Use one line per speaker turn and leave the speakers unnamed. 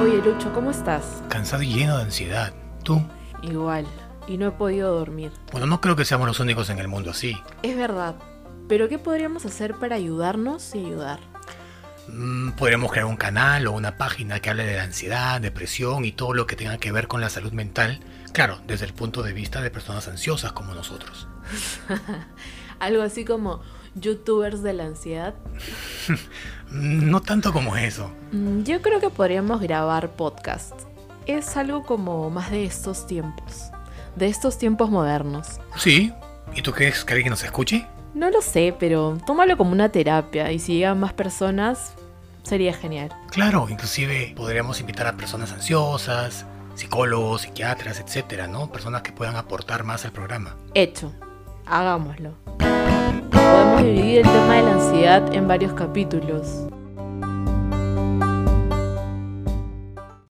Oye, Lucho, ¿cómo estás?
Cansado y lleno de ansiedad. ¿Tú?
Igual. Y no he podido dormir.
Bueno, no creo que seamos los únicos en el mundo así.
Es verdad. Pero ¿qué podríamos hacer para ayudarnos y ayudar?
Mm, podríamos crear un canal o una página que hable de la ansiedad, depresión y todo lo que tenga que ver con la salud mental. Claro, desde el punto de vista de personas ansiosas como nosotros.
Algo así como youtubers de la ansiedad.
Mm, no tanto como eso.
Mm, Yo creo que podríamos grabar podcast. Es algo como más de estos tiempos. De estos tiempos modernos.
Sí. ¿Y tú crees que alguien nos escuche?
No lo sé, pero tómalo como una terapia y si llegan más personas, sería genial.
Claro, inclusive podríamos invitar a personas ansiosas, psicólogos, psiquiatras, etcétera, ¿no? Personas que puedan aportar más al programa.
Hecho, hagámoslo. Podemos dividir el tema de la ansiedad en varios capítulos.